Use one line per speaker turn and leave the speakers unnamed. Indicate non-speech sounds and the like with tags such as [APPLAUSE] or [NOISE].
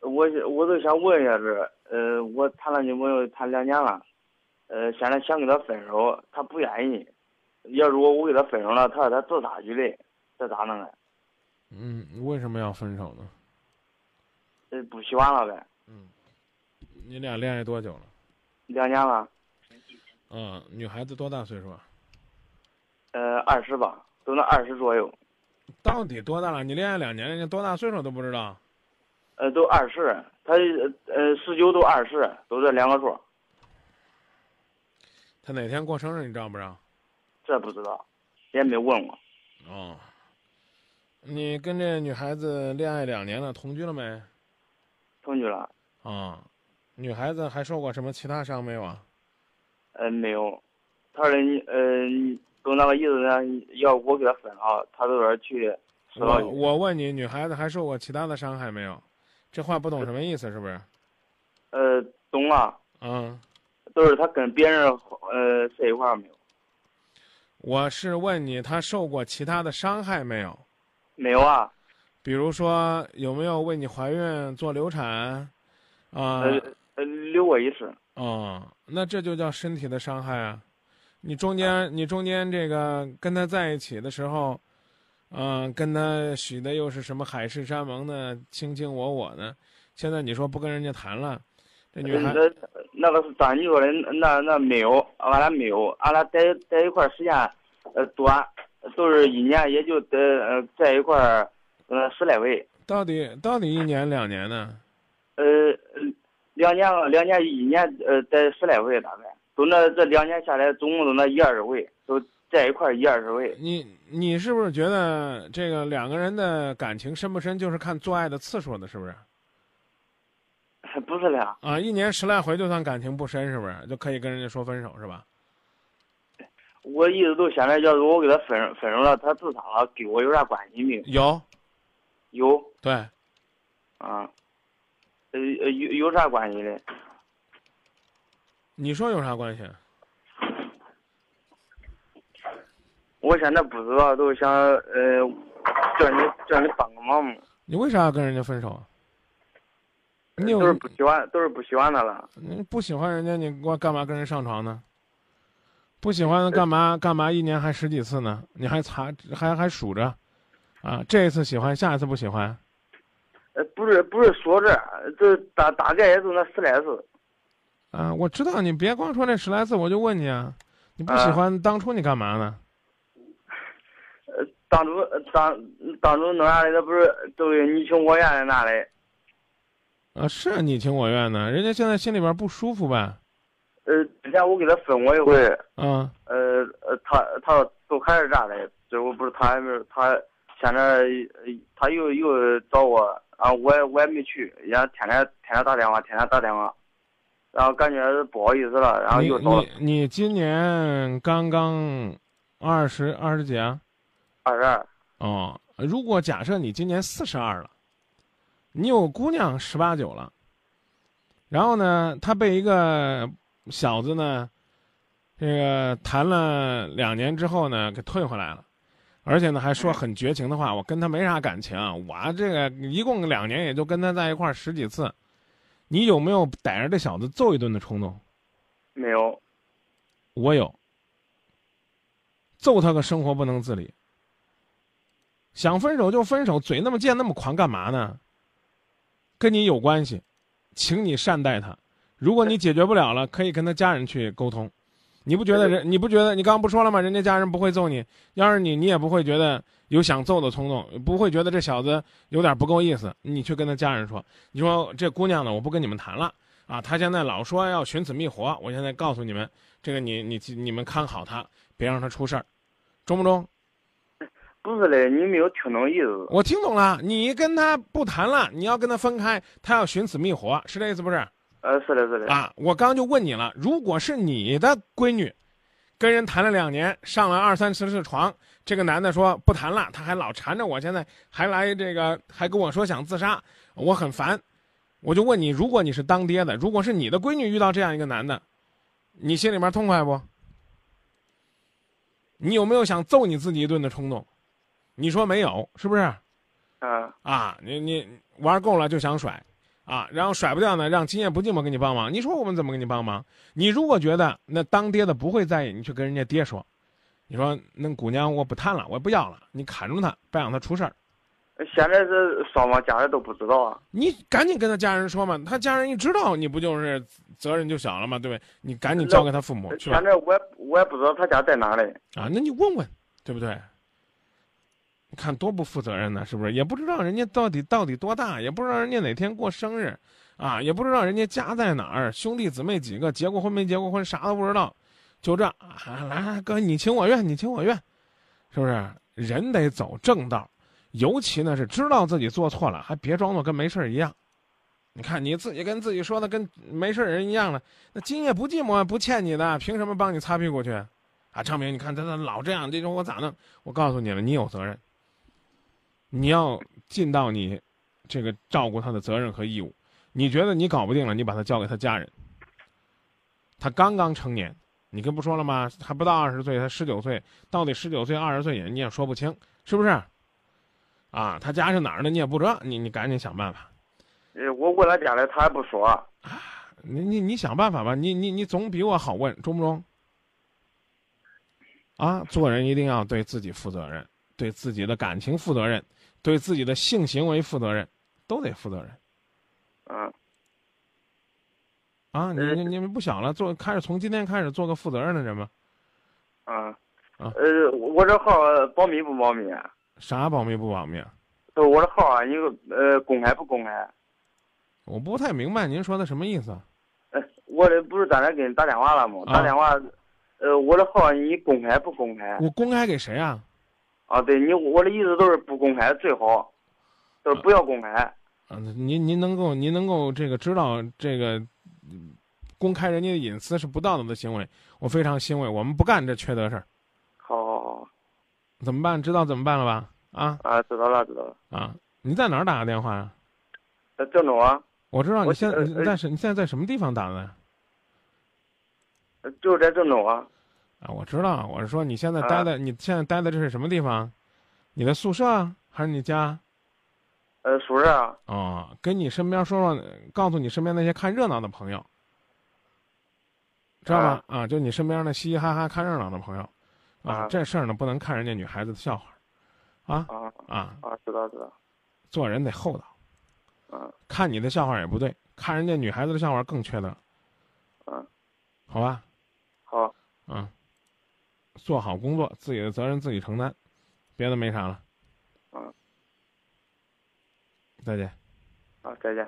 我我就想问一下子，呃，我谈了女朋友谈两年了，呃，现在想跟她分手，她不愿意。要如果我跟她分手了，她说她自杀去的，这咋弄啊？
嗯，为什么要分手呢？
呃，不喜欢了呗，
你俩恋爱多久了？
两年了，
嗯，女孩子多大岁数啊？
呃，二十吧，都那二十左右，
到底多大了？你恋爱两年，人家多大岁数都不知道？
呃，都二十，她呃十九都二十，都这两个数，
她哪天过生日你知道不知道？
这不知道，也没问我。
哦，你跟这女孩子恋爱两年了，同居了没？
同居了，
啊，女孩子还受过什么其他伤没有啊？
呃，没有。她说你，呃，你都那个意思呢，要我给她分了，她都说去死老
我
去。
我问你，女孩子还受过其他的伤害没有？这话不懂什么意思是不是？
呃，懂了，
嗯，
都是她跟别人呃在一块儿没有？
我是问你，她受过其他的伤害没有？
没有啊，
比如说有没有为你怀孕做流产？啊、
呃呃，留过一次，
哦，那这就叫身体的伤害啊！你中间，你中间这个跟他在一起的时候，嗯、跟他许的又是什么海誓山盟呢？卿卿我我呢？现在你说不跟人家谈了，这女孩，
那呃那个是咱女说的，那那没有，俺俩没有，俺俩在在一块儿时间，呃短，都是一年也就在呃在一块儿，呃十来回，
到底到底一年两年呢？
呃两年了两年一年呃在十来回大概，都那这两年下来总共都那一二十回，都在一块儿一二十回， [LAUGHS]
你你是不是觉得这个两个人的感情深不深，就是看做爱的次数的，是不是？
不是俩，
啊，一年十来回就算感情不深，是不是就可以跟人家说分手，是吧？
我一直都想着，要是我给他分分手了，他自杀了，跟我有啥关系没有？
有，
有
对，
啊，呃呃有有啥关系嘞？
你说有啥关系？
我现在不知道，都想呃，叫你叫你帮个忙嘛，
你为啥要跟人家分手啊？你有
都是不喜欢，都是不喜欢他了。
你不喜欢人家，你光干嘛跟人上床呢？不喜欢干嘛干嘛？一年还十几次呢？你还查还还数着，啊，这一次喜欢，下一次不喜欢，
呃，不是不是说这，这大大概也就那十来次。
啊，我知道你别光说这十来次，我就问你啊，你不喜欢当初你干嘛呢？
呃，当初呃当当初弄啥来，那不是都是你情我愿的那嘞？
啊，是你情我愿的，人家现在心里边不舒服呗，
呃，之前我给他分过一回，
啊，
呃呃，他他都还是啥嘞？最后不是他还没有他现在呃他又又找我，啊，我也我也没去，人家天天天天打电话，天天打电话，然后感觉不好意思了，然后
你
又找了
你你今年刚刚二十二十几啊？
二十二，
哦，如果假设你今年四十二了，你有姑娘十八九了，然后呢，她被一个小子呢，这个谈了两年之后呢，给退回来了，而且呢还
嗯
说很绝情的话，我跟他没啥感情，啊我这个一共两年也就跟他在一块儿十几次，你有没有逮着这小子揍一顿的冲动？
没有，
我有，揍他个生活不能自理。想分手就分手，嘴那么贱那么狂干嘛呢？跟你有关系，请你善待他。如果你解决不了了，可以跟他家人去沟通。你不觉得人？你不觉得？你刚刚不说了吗？人家家人不会揍你，要是你，你也不会觉得有想揍的冲动，不会觉得这小子有点不够意思。你去跟他家人说，你说这姑娘呢，我不跟你们谈了啊，她现在老说要寻死觅活，我现在告诉你们，这个你你你们看好她，别让她出事儿，中不中？
不是嘞，你没有听懂意思。
我听懂了，你跟他不谈了，你要跟他分开，他要寻死觅活，是这意思不是？
呃，是的，是的，
啊，我刚刚就问你了，如果是你的闺女，跟人谈了两年，上了二三十次床，这个男的说不谈了，他还老缠着我，现在还来这个，还跟我说想自杀，我很烦。我就问你，如果你是当爹的，如果是你的闺女遇到这样一个男的，你心里面痛快不？你有没有想揍你自己一顿的冲动？你说没有，是不是？
嗯、
啊，你你玩够了就想甩，啊，然后甩不掉呢，让今夜不寂寞给你帮忙。你说我们怎么给你帮忙？你如果觉得那当爹的不会在意，你去跟人家爹说，你说那姑娘我不谈了，我不要了，你看住她，别让她出事儿。
现在是双方家人都不知道啊。
你赶紧跟他家人说嘛，他家人一知道，你不就是责任就小了嘛，对不对？你赶紧交给他父母去吧
现。在我也我也不知道他家在哪里。
啊，那你问问，对不对？你看多不负责任呢，是不是？也不知道人家到底到底多大，也不知道人家哪天过生日，啊，也不知道人家家在哪儿，兄弟姊妹几个，结过婚没结过婚，啥都不知道，就这啊，来哥，你情我愿，你情我愿，是不是？人得走正道，尤其呢是知道自己做错了，还别装作跟没事儿一样。你看你自己跟自己说的跟没事儿人一样了，那今夜不寂寞不欠你的，凭什么帮你擦屁股去？啊，昌明，你看他他老这样，这种我咋弄？我告诉你了，你有责任，你要尽到你这个照顾他的责任和义务。你觉得你搞不定了，你把他交给他家人。他刚刚成年，你跟不说了吗？还不到二十岁，才十九岁，到底十九岁二十岁也你也说不清，是不是？啊，他家是哪儿的你也不知道，你你赶紧想办法，
呃，我问他家里，他也不说。
你你你想办法吧，你你你总比我好问，中不中？啊，做人一定要对自己负责任，对自己的感情负责任，对自己的性行为负责任，都得负责任
嗯，
啊！你你你们不小了，做开始从今天开始做个负责任的人吧。
嗯，
啊
呃，我这号儿保密不保密啊？
啥保密不保密、啊？
呃我这号儿啊，你呃公开不公开？
我不太明白您说的什么意思啊？
呃，我这不是刚才给你打电话了吗？
啊
打电话，呃，我这号儿你公开不公开？
我公开给谁啊？
啊，对你，我的意思都是不公开最好，就是不要公开。
嗯，您您能够您能够这个知道这个嗯公开人家的隐私是不道德的行为，我非常欣慰。我们不干这缺德事儿，
好好好，
怎么办？知道怎么办了吧？啊
啊，知道了知道了。
啊！你在哪儿打的电话呀、
呃，郑总啊，
我知道你
我
现在
呃
你在什你现在在什么地方打的呀
呃就是在郑州啊。
啊？我知道，我是说你现在
啊
待在、你现在待的这是什么地方？你的宿舍啊还是你家？
呃，宿舍啊，
哦，跟你身边说说，告诉你身边那些看热闹的朋友，知道吧？啊，就你身边那嘻嘻哈哈看热闹的朋友，啊，
啊
这事儿呢不能看人家女孩子的笑话，啊
啊
啊，
啊，知道知道。
做人得厚道，
嗯
看你的笑话也不对，看人家女孩子的笑话更缺德，
嗯，
好吧，
好，
嗯，做好工作，自己的责任自己承担，别的没啥了，
嗯，
再见。
啊，再见。